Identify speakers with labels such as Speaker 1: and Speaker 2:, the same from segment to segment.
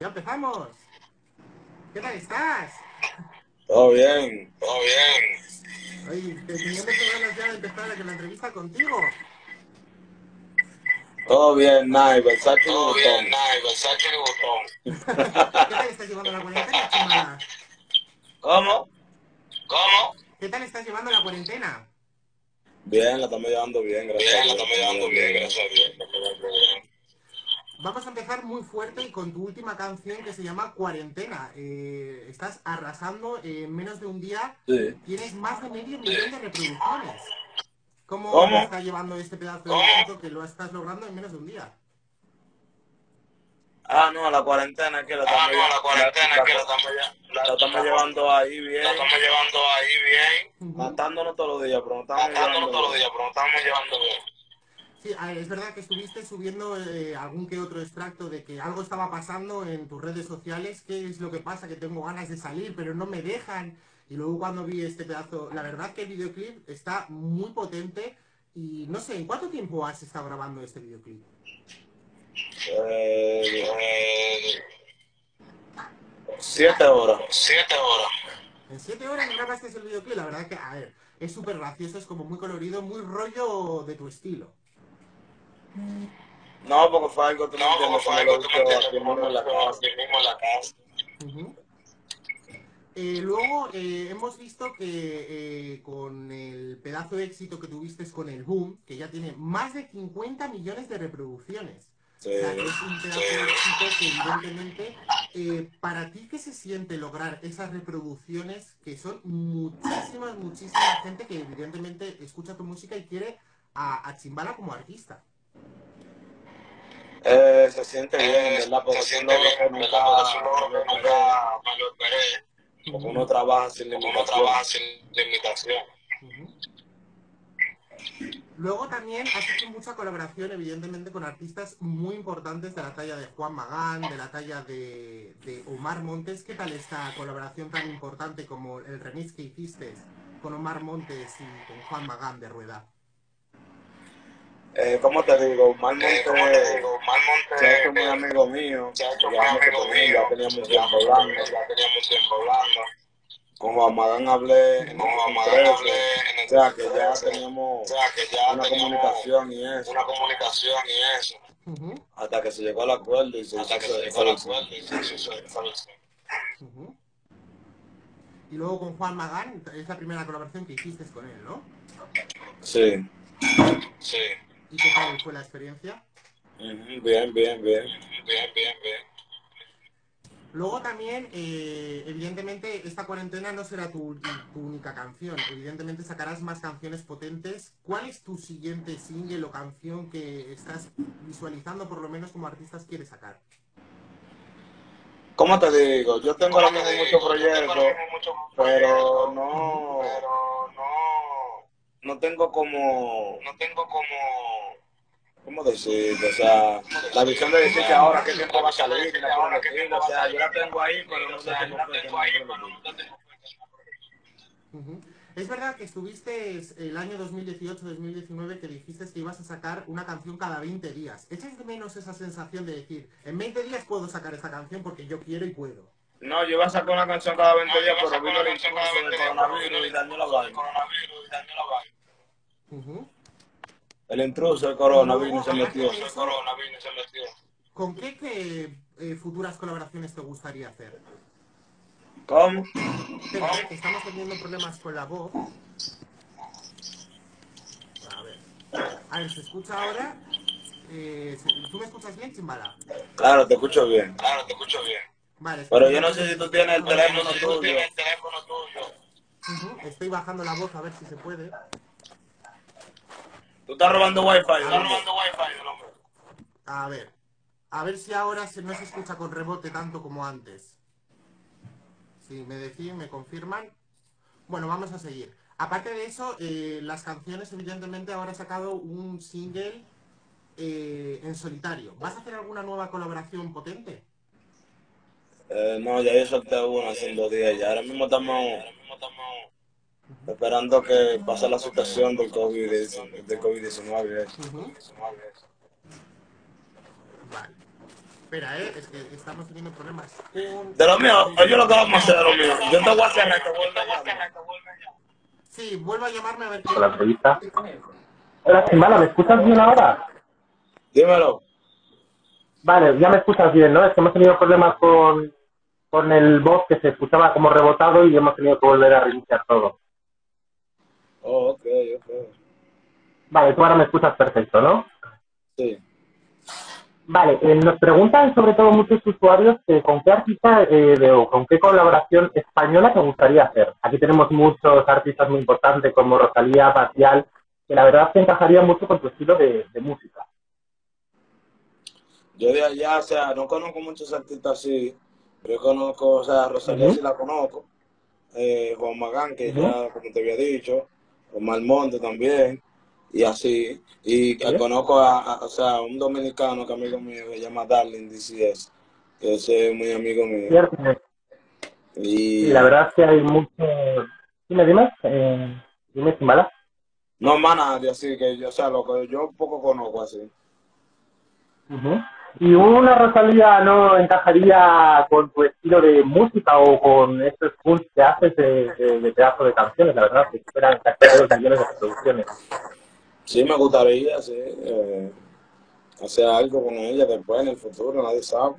Speaker 1: Ya empezamos. ¿Qué tal estás?
Speaker 2: Todo bien, todo bien.
Speaker 1: Ay, te teníamos ganas ya de empezar la entrevista contigo.
Speaker 2: Todo bien, Nai, versátil
Speaker 3: Todo bien,
Speaker 2: botón.
Speaker 3: nada, versace el botón.
Speaker 1: ¿Qué tal estás llevando la cuarentena, Chema?
Speaker 2: ¿Cómo?
Speaker 3: ¿Cómo?
Speaker 1: ¿Qué tal estás llevando la cuarentena?
Speaker 2: Bien, la estamos llevando bien, gracias a
Speaker 3: Bien, la
Speaker 2: Dios.
Speaker 3: estamos llevando bien, gracias a Dios. estamos llevando bien.
Speaker 1: Vamos a empezar muy fuerte y con tu última canción que se llama Cuarentena. Eh, estás arrasando Eh, en menos de un día.
Speaker 2: Sí.
Speaker 1: Tienes más de medio millón de reproducciones. ¿Cómo,
Speaker 2: ¿Cómo?
Speaker 1: está llevando este pedazo de
Speaker 3: ¿Cómo?
Speaker 1: éxito que lo estás logrando en menos de un día?
Speaker 4: Ah, no, la cuarentena es que la
Speaker 3: Ah,
Speaker 4: estamos
Speaker 3: no, la
Speaker 4: llevando-
Speaker 3: cuarentena
Speaker 4: la-
Speaker 3: que la estamos, lle- la-
Speaker 4: la estamos llevando ahí bien,
Speaker 3: la estamos llevando ahí bien.
Speaker 2: Ah,
Speaker 4: matándonos todos los días, pero no estamos
Speaker 3: Matándonos
Speaker 4: llevando
Speaker 3: todos los días, pero no estamos llevando bien.
Speaker 1: Sí, a- es verdad que estuviste subiendo eh, algún que otro extracto de que algo estaba pasando en tus redes sociales, qué es lo que pasa, que tengo ganas de salir, pero no me dejan. Y luego cuando vi este pedazo, la verdad que el videoclip está muy potente y no sé, ¿en cuánto tiempo has estado grabando este videoclip?
Speaker 2: Eh,
Speaker 3: Eh,
Speaker 2: siete horas.
Speaker 3: siete horas.
Speaker 1: En siete horas grabaste el videoclip, la verdad que, a ver, es súper gracioso, es como muy colorido, muy rollo de tu estilo.
Speaker 4: No, porque fue algo que
Speaker 3: No, como fue algo, tú me entiendes, como
Speaker 4: en la
Speaker 3: nosotros
Speaker 4: casa.
Speaker 3: vivimos en la casa.
Speaker 1: Ujú. Eh, luego eh, hemos visto que eh, con el pedazo de éxito que tuviste con el Boom, que ya tiene más de 50 millones de reproducciones.
Speaker 2: Sí.
Speaker 1: O sea, que es un pedazo de éxito que evidentemente, eh, para ti, ¿qué se siente lograr esas reproducciones que son muchísimas, muchísima gente que evidentemente escucha tu música y quiere a, a Chimbala como artista?
Speaker 2: Eh, se siente bien,
Speaker 3: Eh,
Speaker 2: ¿verdad? Porque
Speaker 3: Se
Speaker 2: es un
Speaker 3: siente
Speaker 2: logro que
Speaker 3: bien, ¿verdad?
Speaker 2: nunca-
Speaker 3: Porque es un logro que nunca me lo esperé.
Speaker 2: Porque uno trabaja sin
Speaker 3: Porque uno
Speaker 2: limitación.
Speaker 3: trabaja sin limitación.
Speaker 1: Ujú. Luego también has hecho mucha colaboración, evidentemente, con artistas muy importantes de la talla de Juan Magán, de la talla de, de Omar Montes. ¿Qué tal esta colaboración tan importante como el remix que hiciste con Omar Montes y con Juan Magán de Rueda?
Speaker 2: Eh, ¿Cómo te digo? Mal
Speaker 3: Eh, como te digo,
Speaker 2: se ha hecho
Speaker 3: Malmonte
Speaker 2: muy amigo mío.
Speaker 3: Se ha hecho muy
Speaker 2: Ya me
Speaker 3: amigo
Speaker 2: conocí,
Speaker 3: mío.
Speaker 2: Ya teníamos
Speaker 3: Ya
Speaker 2: tiempo hablando.
Speaker 3: ya teníamos tiempo hablando.
Speaker 2: Con Juan Magán hablé. en el
Speaker 3: Con Amado
Speaker 2: 13.
Speaker 3: hablé en el
Speaker 2: O sea, que ya
Speaker 3: 13. O
Speaker 2: teníamos
Speaker 3: sea, que ya
Speaker 2: una
Speaker 3: teníamos
Speaker 2: comunicación y eso.
Speaker 3: una comunicación y eso.
Speaker 1: Ujú,
Speaker 2: Hasta que se llegó al acuerdo y se
Speaker 3: Hasta que
Speaker 2: hizo
Speaker 3: se
Speaker 2: ese-
Speaker 3: llegó al
Speaker 2: ese-
Speaker 3: acuerdo y se hizo esa versión.
Speaker 1: ujú. Y luego con Juan Magán, es la primera colaboración que hiciste con él, ¿no?
Speaker 2: Sí.
Speaker 3: Sí.
Speaker 1: ¿Y qué tal fue la experiencia?
Speaker 2: Ujú, Bien, bien, bien.
Speaker 3: Bien, bien, bien.
Speaker 1: Luego también, eh, evidentemente, esta cuarentena no será tu, tu única canción. Evidentemente sacarás más canciones potentes. ¿Cuál es tu siguiente single o canción que estás visualizando, por lo menos como artistas quieres sacar?
Speaker 2: ¿Cómo te digo? Yo tengo ahora mismo muchos proyectos, pero no,
Speaker 3: Pero no.
Speaker 2: no tengo como,
Speaker 3: No tengo como.
Speaker 2: ¿cómo decirlo? O sea, la visión de decir que ahora qué tiempo va a salir, que ahora qué tiempo, o sea, yo la tengo ahí, pero no sé cómo fue que no me lo di.
Speaker 1: Ujú. Es verdad que estuviste el año 2018-2019 que dijiste que ibas a sacar una canción cada 20 días. ¿Echas de menos esa sensación de decir, en 20 días puedo sacar esta canción porque yo quiero y puedo?
Speaker 4: No, yo iba a sacar una canción cada 20
Speaker 3: No, yo
Speaker 4: días,
Speaker 3: voy a
Speaker 4: pero
Speaker 3: sacar
Speaker 4: vino
Speaker 3: una
Speaker 4: el
Speaker 3: canción cada
Speaker 4: impulso del
Speaker 3: 20 días, pero vino
Speaker 4: coronavirus
Speaker 3: el
Speaker 4: y dañó la
Speaker 3: impulso del
Speaker 4: vaina.
Speaker 3: coronavirus y dañó la vaina.
Speaker 1: Ujú.
Speaker 2: El intruso, el corona, vino y se metió.
Speaker 3: El coronavirus se metió.
Speaker 1: ¿Con qué, qué, eh, futuras colaboraciones te gustaría hacer?
Speaker 4: ¿Cómo?
Speaker 1: Espera, eh, que estamos teniendo problemas con la voz. A ver. A ver, ¿se escucha ahora? Eh, se- ¿Tú me escuchas bien, Chimbala?
Speaker 2: Claro, te escucho bien.
Speaker 3: Claro, te escucho bien.
Speaker 1: Vale. es que-
Speaker 4: Pero yo no sé si tú tienes el
Speaker 1: Ujú,
Speaker 3: Pero
Speaker 4: teléfono
Speaker 3: no sé si tú
Speaker 4: tuyo.
Speaker 3: tienes el teléfono tuyo.
Speaker 1: Estoy bajando la voz a ver si se puede.
Speaker 4: Tú estás robando wifi,
Speaker 3: Está
Speaker 4: ¿no?
Speaker 3: robando wifi el hombre.
Speaker 1: A ver. A ver si ahora se, no se escucha con rebote tanto como antes. Si me decían, me confirman. Bueno, vamos a seguir. Aparte de eso, eh, las canciones, evidentemente, ahora ha sacado un single eh, en solitario. ¿Vas a hacer alguna nueva colaboración potente?
Speaker 2: Eh, no, ya yo solté una hace dos días ya. Ahora mismo estamos
Speaker 3: Ahora mismo estamos.
Speaker 2: esperando que pase la situación del COVID, del COVID-19.
Speaker 1: Ujú.
Speaker 3: se mueve eso.
Speaker 1: Vale. Espera, ¿eh? Es que estamos teniendo problemas. Un-
Speaker 4: De lo mío, pues yo lo que vamos a hacer de lo mío. Yo te voy a cerrar, te voy a llamar.
Speaker 1: Sí, vuelvo a llamarme a ver
Speaker 5: la
Speaker 1: qué...
Speaker 5: entrevista. Hola, Chimbala, ¿me escuchas bien ahora?
Speaker 2: Dímelo.
Speaker 5: Vale, ya me escuchas bien, ¿no? Es que hemos tenido problemas con, con el voz que se escuchaba como rebotado y hemos tenido que volver a reiniciar todo.
Speaker 2: Oh, ok, ok.
Speaker 5: Vale, tú ahora me escuchas perfecto, ¿no?
Speaker 2: Sí.
Speaker 5: Vale, eh, nos preguntan sobre todo muchos usuarios que con qué artista eh, de- o con qué colaboración española te gustaría hacer. Aquí tenemos muchos artistas muy importantes como Rosalía, Batial, que la verdad se encajaría mucho con tu estilo de, de música.
Speaker 2: Yo de allá, o sea, no conozco muchos artistas así. Yo conozco, o sea, Rosalía
Speaker 5: Ujú.
Speaker 2: sí la conozco. Eh, Juan Magán, que
Speaker 5: Ujú.
Speaker 2: ya, como te había dicho. Omar Monte también. Y así. Y que
Speaker 5: Sí.
Speaker 2: conozco a, a- o sea, un dominicano que es amigo mío que se llama Darling DCS. Que ese es muy amigo mío.
Speaker 5: ¿Cierto?
Speaker 2: Y
Speaker 5: Y la verdad es que hay mucho... Dime, dime, eh, dime, Chimbala.
Speaker 2: no más nadie, así que yo, o sea, lo que yo poco conozco así.
Speaker 5: Ujú. ¿Y una Rosalía no encajaría con tu estilo de música o con estos puntos que haces de, de, de pedazo de canciones? La verdad, que superan casi los millones de producciones.
Speaker 2: Sí, me gustaría, sí. eh, hacer algo con ella después, en el futuro, nadie sabe.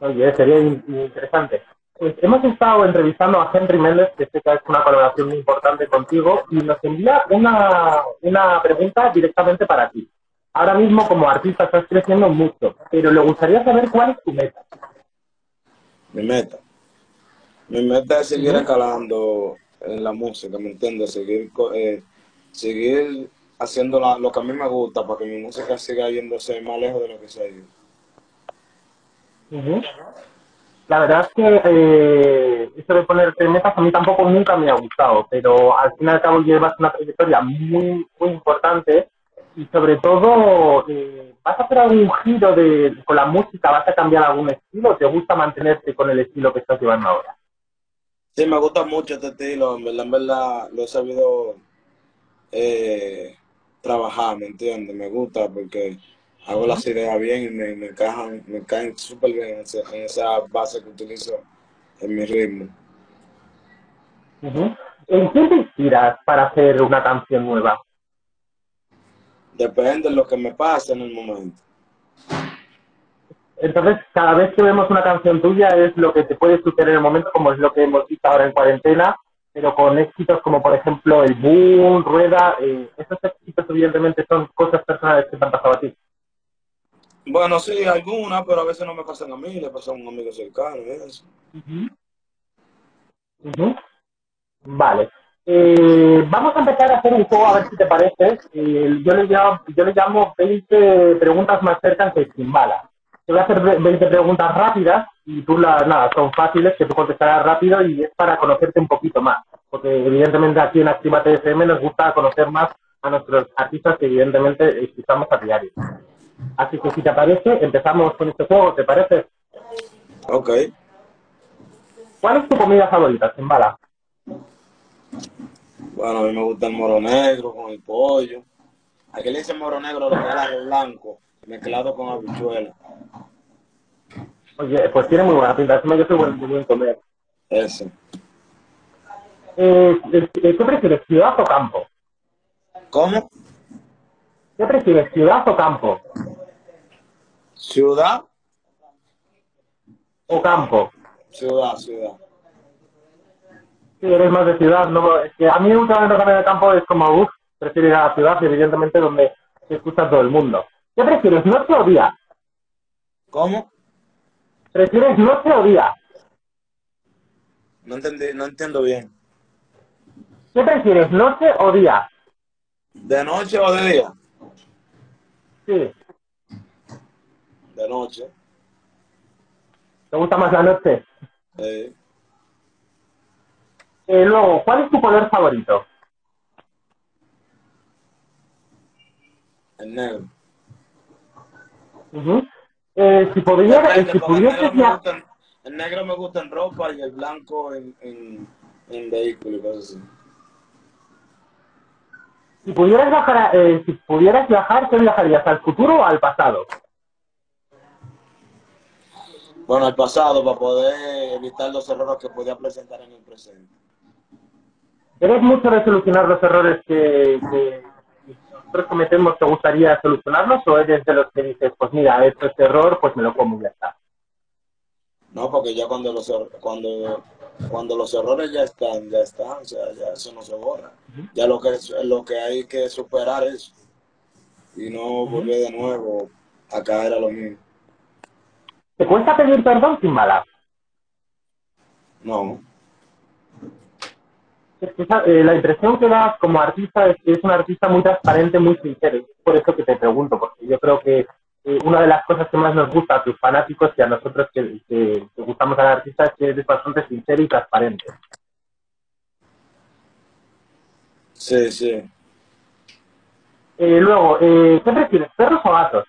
Speaker 5: Oye, sería in- interesante. Pues hemos estado entrevistando a Henry Méndez, que sé que ha hecho una colaboración muy importante contigo, y nos envía una, una pregunta directamente para ti. Ahora mismo, como artista, estás creciendo mucho, pero le gustaría saber cuál es tu meta.
Speaker 2: Mi meta. Mi meta es seguir escalando en la música, ¿me entiendes? Seguir, co- eh, seguir haciendo la- lo que a mí me gusta para que mi música siga yéndose más lejos de lo que se ha ido.
Speaker 5: Ujú. La verdad es que eh, eso de ponerte metas a mí tampoco nunca me ha gustado, pero al fin y al cabo llevas una trayectoria muy, muy importante y sobre todo, eh, ¿vas a hacer algún giro de, con la música? ¿Vas a cambiar algún estilo? o ¿Te gusta mantenerte con el estilo que estás llevando ahora?
Speaker 2: Sí, me gusta mucho este estilo, en verdad, en verdad, lo he sabido eh, trabajar, ¿me entiendes? Me gusta porque hago las ideas bien y me, me encajan, me caen súper bien en ese- en esa base que utilizo en mi ritmo.
Speaker 5: Ujú. ¿En qué te inspiras para hacer una canción nueva?
Speaker 2: Depende de lo que me pase en el momento.
Speaker 5: Entonces, cada vez que vemos una canción tuya es lo que te puede suceder en el momento, como es lo que hemos visto ahora en cuarentena, pero con éxitos como, por ejemplo, el boom, rueda, eh, esos éxitos evidentemente son cosas personales que te han pasado a ti.
Speaker 2: Bueno, sí, algunas, pero a veces no me pasan a mí, le pasan a un amigo cercano, y eso.
Speaker 5: Ujú. Vale. Eh, vamos a empezar a hacer un juego a ver si te parece. Eh, yo, le llamo, yo le llamo 20 preguntas más cercanas que sin bala. Te voy a hacer ve- 20 preguntas rápidas y tú las, nada, son fáciles que tú contestarás rápido y es para conocerte un poquito más. Porque evidentemente aquí en Activa TFM nos gusta conocer más a nuestros artistas que evidentemente escuchamos a diario. Así que si te parece, empezamos con este juego, ¿te parece?
Speaker 2: Ok.
Speaker 5: ¿Cuál es tu comida favorita, sin bala?
Speaker 2: Bueno, a mí me gusta el moro negro con el pollo. Aquí le dicen moro negro, lo que era arroz blanco, mezclado con habichuela.
Speaker 5: Oye, pues tiene muy buena pinta, encima yo soy buen, muy buen comer.
Speaker 2: Eso.
Speaker 5: Eh, eh, eh, ¿Qué prefieres, ciudad o campo?
Speaker 2: ¿Cómo?
Speaker 5: ¿Qué prefieres, ciudad o campo?
Speaker 2: Ciudad,
Speaker 5: O campo.
Speaker 2: ciudad, ciudad.
Speaker 5: Si eres más de ciudad, no, es que a mí últimamente también el campo es como, uff, prefiero ir a la ciudad, evidentemente donde se escucha todo el mundo. ¿Qué prefieres, noche o día?
Speaker 2: ¿Cómo?
Speaker 5: ¿Prefieres noche o día?
Speaker 2: No entendí, no entiendo bien.
Speaker 5: ¿Qué prefieres, noche o día?
Speaker 2: ¿De noche o de día?
Speaker 5: Sí,
Speaker 2: De noche.
Speaker 5: ¿te gusta más la noche?
Speaker 2: Eh,
Speaker 5: Eh, luego, ¿cuál es tu color favorito?
Speaker 2: el negro.
Speaker 5: Ujú. Eh, si podría, eh,
Speaker 2: Depende,
Speaker 5: si
Speaker 2: porque Este, el, negro
Speaker 5: pudieses
Speaker 2: me
Speaker 5: viajar...
Speaker 2: gusta en, el negro me gusta en ropa y el blanco en, en, en vehículo y cosas así.
Speaker 5: Si pudieras viajar, a- eh, si pudieras viajar, ¿qué viajarías? ¿Al futuro o al pasado?
Speaker 2: Bueno, al pasado para poder evitar los errores que podía presentar en el presente.
Speaker 5: ¿Eres mucho de solucionar los errores que, que nosotros cometemos? ¿Te gustaría solucionarlos o eres de los que dices, pues mira, esto es error, pues me lo como y ya está?
Speaker 2: No, porque ya cuando los er- cuando cuando los errores ya están, ya están, o sea, ya eso no se borra. Ya lo que es, lo que hay que superar es y no volver de nuevo a caer a lo mismo.
Speaker 5: ¿Te cuesta pedir perdón sin mala?
Speaker 2: No,
Speaker 5: Es que esa- eh, la impresión que das como artista es que es un artista muy transparente, muy sincero. Es por eso que te pregunto, porque yo creo que eh, una de las cosas que más nos gusta a tus fanáticos y a nosotros que, que- que gustamos al artista es que eres bastante sincero y transparente.
Speaker 2: sí, sí.
Speaker 5: Eh, luego, eh, ¿qué prefieres, perros o gatos?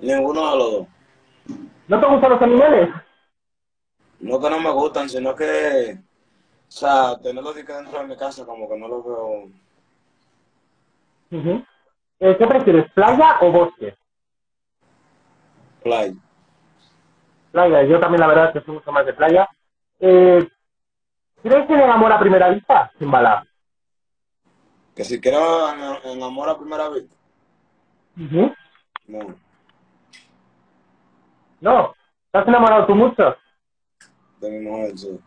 Speaker 2: Ninguno de los dos.
Speaker 5: ¿No te gustan los animales?
Speaker 2: No que no me gustan, sino que, o sea, tenerlos de que dentro de mi casa como que no los veo.
Speaker 5: Ujú. Eh, ¿Qué prefieres, playa o bosque?
Speaker 2: Play.
Speaker 5: Playa, yo también la verdad que soy mucho más de playa. Eh, ¿Crees en el amor a primera vista? Sin bala.
Speaker 2: Que si quiero en, en amor a primera vista,
Speaker 5: Ujú.
Speaker 2: no.
Speaker 5: No, ¿te has enamorado tú mucho?
Speaker 2: De mi mujer, sí.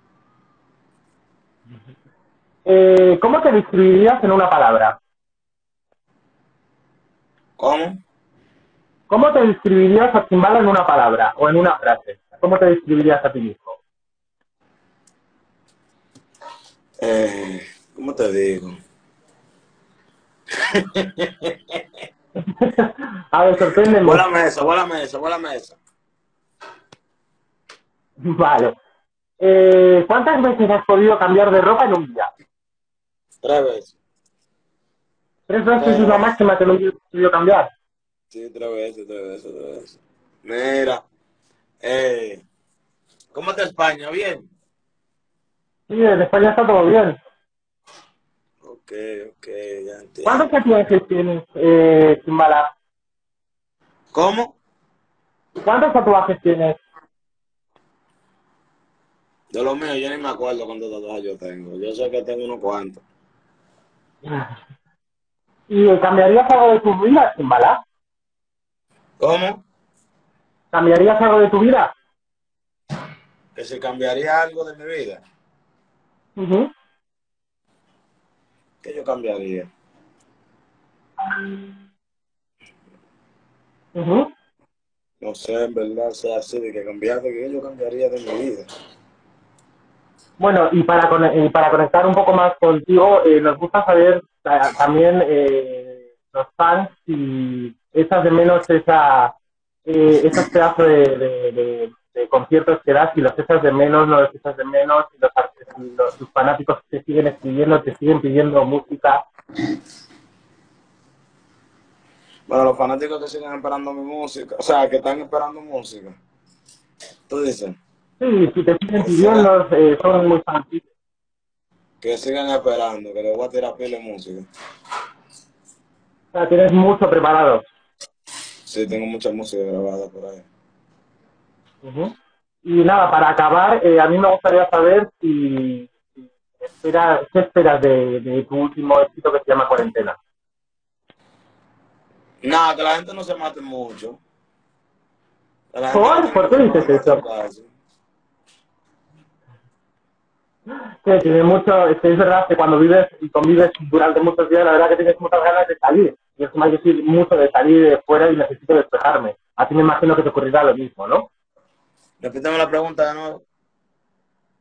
Speaker 5: Eh, ¿Cómo te describirías en una palabra?
Speaker 2: ¿Cómo?
Speaker 5: ¿Cómo te describirías a Chimbala en una palabra o en una frase? ¿Cómo te describirías a ti mismo?
Speaker 2: Eh, ¿Cómo te digo?
Speaker 5: A ver, sorpréndeme.
Speaker 2: Vuélame esa, vuélame esa, vuélame esa.
Speaker 5: Vale. Eh, ¿Cuántas veces has podido cambiar de ropa en un día?
Speaker 2: Tres veces.
Speaker 5: ¿Tres veces es la máxima que lo he podido cambiar?
Speaker 2: Sí, tres veces, tres veces, tres veces. Mira, eh, ¿cómo está España? ¿Bien?
Speaker 5: Sí, en España está todo bien.
Speaker 2: Ok, ok, ya entiendo.
Speaker 5: ¿Cuántos tatuajes tienes, eh, Chimbala?
Speaker 2: ¿Cómo?
Speaker 5: ¿Cuántos tatuajes tienes?
Speaker 2: De lo mío, yo ni me acuerdo cuántos tatuajes yo tengo. Yo sé que tengo unos cuantos.
Speaker 5: ¿Y eh, cambiarías algo de tu vida, Chimbala?
Speaker 2: ¿Cómo?
Speaker 5: ¿Cambiarías algo de tu vida?
Speaker 2: Que si cambiaría algo de mi vida,
Speaker 5: Ujú.
Speaker 2: ¿qué yo cambiaría?
Speaker 5: Ujú.
Speaker 2: No sé, en verdad, o sea así, de que cambiar, de que yo cambiaría de mi vida.
Speaker 5: Bueno, y para, con- y para conectar un poco más contigo, eh, nos gusta saber ta- también eh, los fans si echas de menos esa, eh, esos pedazos de, de- de- de conciertos que das, si los echas de menos, no los echas de menos, si los, art- si los- tus fanáticos te siguen escribiendo, te siguen pidiendo música.
Speaker 2: Bueno, los fanáticos que siguen esperando mi música, o sea, que están esperando música. Tú dices,
Speaker 5: Sí, si te siguen pidiendo, eh, son muy fanáticos.
Speaker 2: que sigan esperando, que les voy a tirar pila de música.
Speaker 5: O sea, tienes mucho preparado.
Speaker 2: Sí, tengo mucha música grabada por ahí.
Speaker 5: Ujú. Y nada, para acabar, eh, a mí me gustaría saber si, si espera, qué esperas de, de tu último éxito que se llama Cuarentena.
Speaker 2: Nada, Ah, que la gente no se mate mucho. Que la
Speaker 5: ¿Por?
Speaker 2: no
Speaker 5: ¿Por qué
Speaker 2: tenga
Speaker 5: dices
Speaker 2: problemas en
Speaker 5: eso?
Speaker 2: casa.
Speaker 5: Que tiene mucho, es que es verdad que cuando vives y convives durante muchos días, la verdad que tienes muchas ganas de salir. Y es más, yo soy mucho de salir de fuera y necesito despejarme. A ti me imagino que te ocurrirá lo mismo, ¿no?
Speaker 2: Repítame la pregunta de nuevo.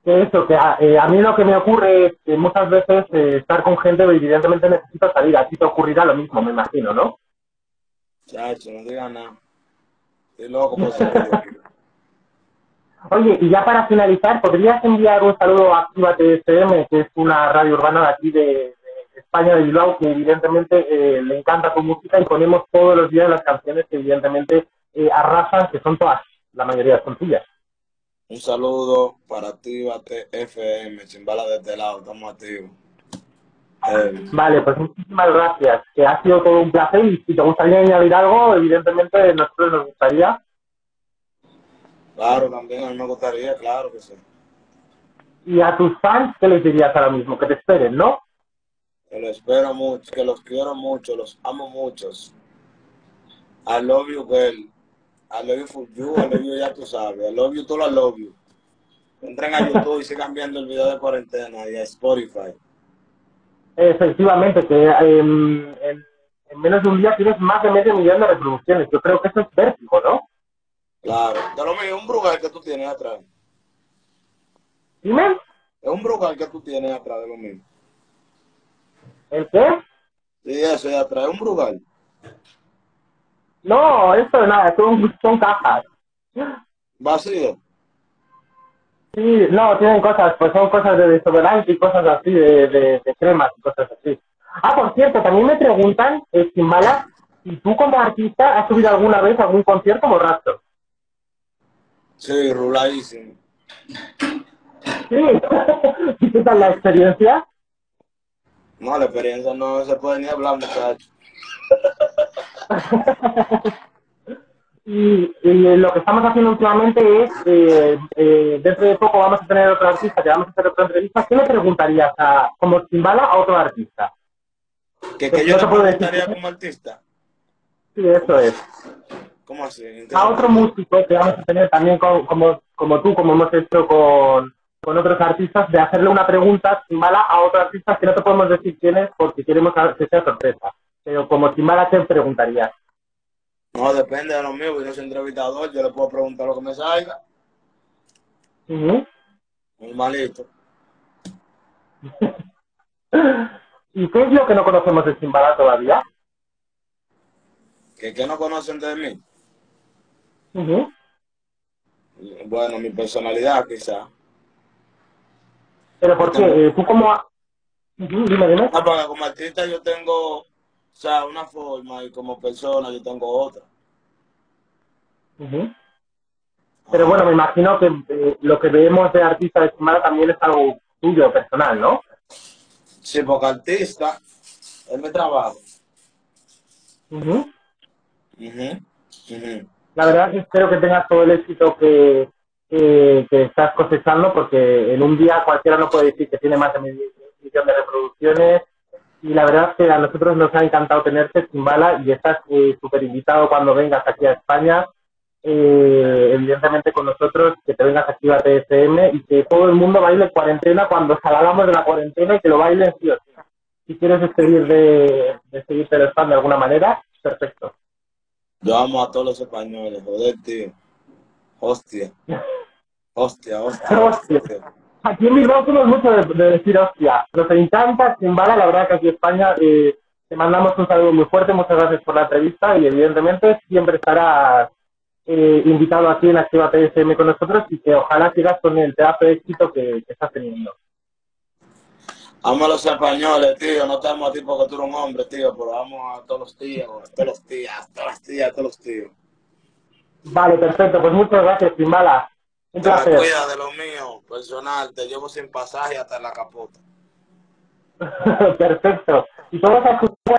Speaker 5: Que eso, que a, eh, a mí lo que me ocurre es que muchas veces eh, estar con gente, evidentemente necesito salir. A ti te ocurrirá lo mismo, me imagino, ¿no?
Speaker 2: Chacho, no digas nada. Estoy loco por salir.
Speaker 5: Oye, y ya para finalizar, ¿podrías enviar un saludo a Actívate FM, que es una radio urbana de aquí de, de España, de Bilbao, que evidentemente eh, le encanta tu música y ponemos todos los días las canciones que evidentemente eh, arrasan, que son todas, la mayoría son tuyas.
Speaker 2: Un saludo para Actívate FM, chimbala de este lado, estamos activos. Eh,
Speaker 5: Vale, pues muchísimas gracias, que ha sido todo un placer y si te gustaría añadir algo, evidentemente nosotros nos gustaría.
Speaker 2: Claro, también a mí me gustaría, claro que sí.
Speaker 5: Y a tus fans, ¿qué les dirías ahora mismo? Que te esperen, ¿no?
Speaker 2: Que los espero mucho, que los quiero mucho, los amo muchos. I love you, girl. I love you for you, I love you, ya tú sabes. I love you, todo I love you. Entren a YouTube y sigan viendo el video de cuarentena y a Spotify.
Speaker 5: Efectivamente, que eh, en, en menos de un día tienes más de medio millón de reproducciones. Yo creo que eso es vértigo, ¿no?
Speaker 2: Claro. De lo mío, un brugal que tú tienes atrás.
Speaker 5: Dime,
Speaker 2: Es un brugal que tú tienes atrás de lo mío.
Speaker 5: ¿el qué?
Speaker 2: Sí, eso, ya atrás. Es un brugal.
Speaker 5: No, eso nada, son, son cajas.
Speaker 2: Vacío.
Speaker 5: Sí, no, tienen cosas, pues son cosas de desodorante y cosas así, de, de, de cremas y cosas así. Ah, por cierto, también me preguntan, eh, Chimbala, si tú como artista has subido alguna vez a algún concierto borracho.
Speaker 2: Sí, ruladísimo.
Speaker 5: Sí, ¿y qué tal la experiencia?
Speaker 2: No, la experiencia no se puede ni hablar, muchachos.
Speaker 5: Y, y eh, lo que estamos haciendo últimamente es, eh, eh, dentro de poco vamos a tener otro artista, que vamos a hacer otra entrevista. ¿Qué le preguntarías a, como Chimbala a otro artista?
Speaker 2: Que,
Speaker 5: Pero
Speaker 2: que yo
Speaker 5: no te
Speaker 2: le
Speaker 5: puedo decir.
Speaker 2: preguntaría como artista.
Speaker 5: Sí, eso es.
Speaker 2: ¿Cómo así? ¿En qué
Speaker 5: a otro músico que vamos a tener también co- como, como tú, como hemos hecho con, con otros artistas, de hacerle una pregunta Timbala a otro artista que no te podemos decir quién es porque queremos que sea sorpresa. Pero como Timbala te preguntaría.
Speaker 2: No, depende de lo mío, porque yo soy entrevistador, yo le puedo preguntar lo que me salga,
Speaker 5: Ujú.
Speaker 2: normalito.
Speaker 5: ¿Y qué es lo que no conocemos de Timbala todavía?
Speaker 2: ¿Que, que no conocen de mí?
Speaker 5: Ujú.
Speaker 2: Bueno, mi personalidad quizá.
Speaker 5: Pero porque tú como... a- Ujú, Dime, dime.
Speaker 2: Ah, porque como artista yo tengo, o sea, una forma y como persona yo tengo otra.
Speaker 5: Ujú. Pero bueno, me imagino que eh, lo que vemos de artista de Timbala también es algo tuyo, personal, ¿no?
Speaker 2: Sí, porque artista es mi trabajo.
Speaker 5: Ujú.
Speaker 2: Ujú, ujú.
Speaker 5: La verdad que espero que tengas todo el éxito que, que- que estás cosechando, porque en un día cualquiera no puede decir que tiene más de medio millón de reproducciones. Y la verdad que a nosotros nos ha encantado tenerte, Chimbala, y estás eh, súper invitado cuando vengas aquí a España, eh, evidentemente con nosotros, que te vengas aquí a TSM y que todo el mundo baile cuarentena cuando salgamos de la cuarentena y que lo bailen sí o sí. Si quieres despedir de, de seguirte el fan de alguna manera, perfecto.
Speaker 2: Yo amo a todos los españoles, joder, tío. Hostia. Hostia, hostia.
Speaker 5: Hostia.
Speaker 2: hostia.
Speaker 5: Aquí en Bilbao somos mucho de, de decir hostia. Nos encanta, Chimbala, la verdad que aquí en España eh, te mandamos un saludo muy fuerte, muchas gracias por la entrevista y evidentemente siempre estarás eh, invitado aquí en Activa TSM con nosotros y que ojalá sigas con el pedazo de éxito que, que estás teniendo.
Speaker 2: Amo a los españoles, tío. No te amo a ti porque tú eres un hombre, tío. Pero amo a todos los tíos, a todos los tíos, a todas las tías, a todos los tíos.
Speaker 5: Vale, perfecto, pues muchas gracias, Chimbala. Un
Speaker 2: Te la
Speaker 5: placer.
Speaker 2: cuida de lo mío, personal. Te llevo sin pasaje hasta la capota.
Speaker 5: perfecto. Y todos a escuchar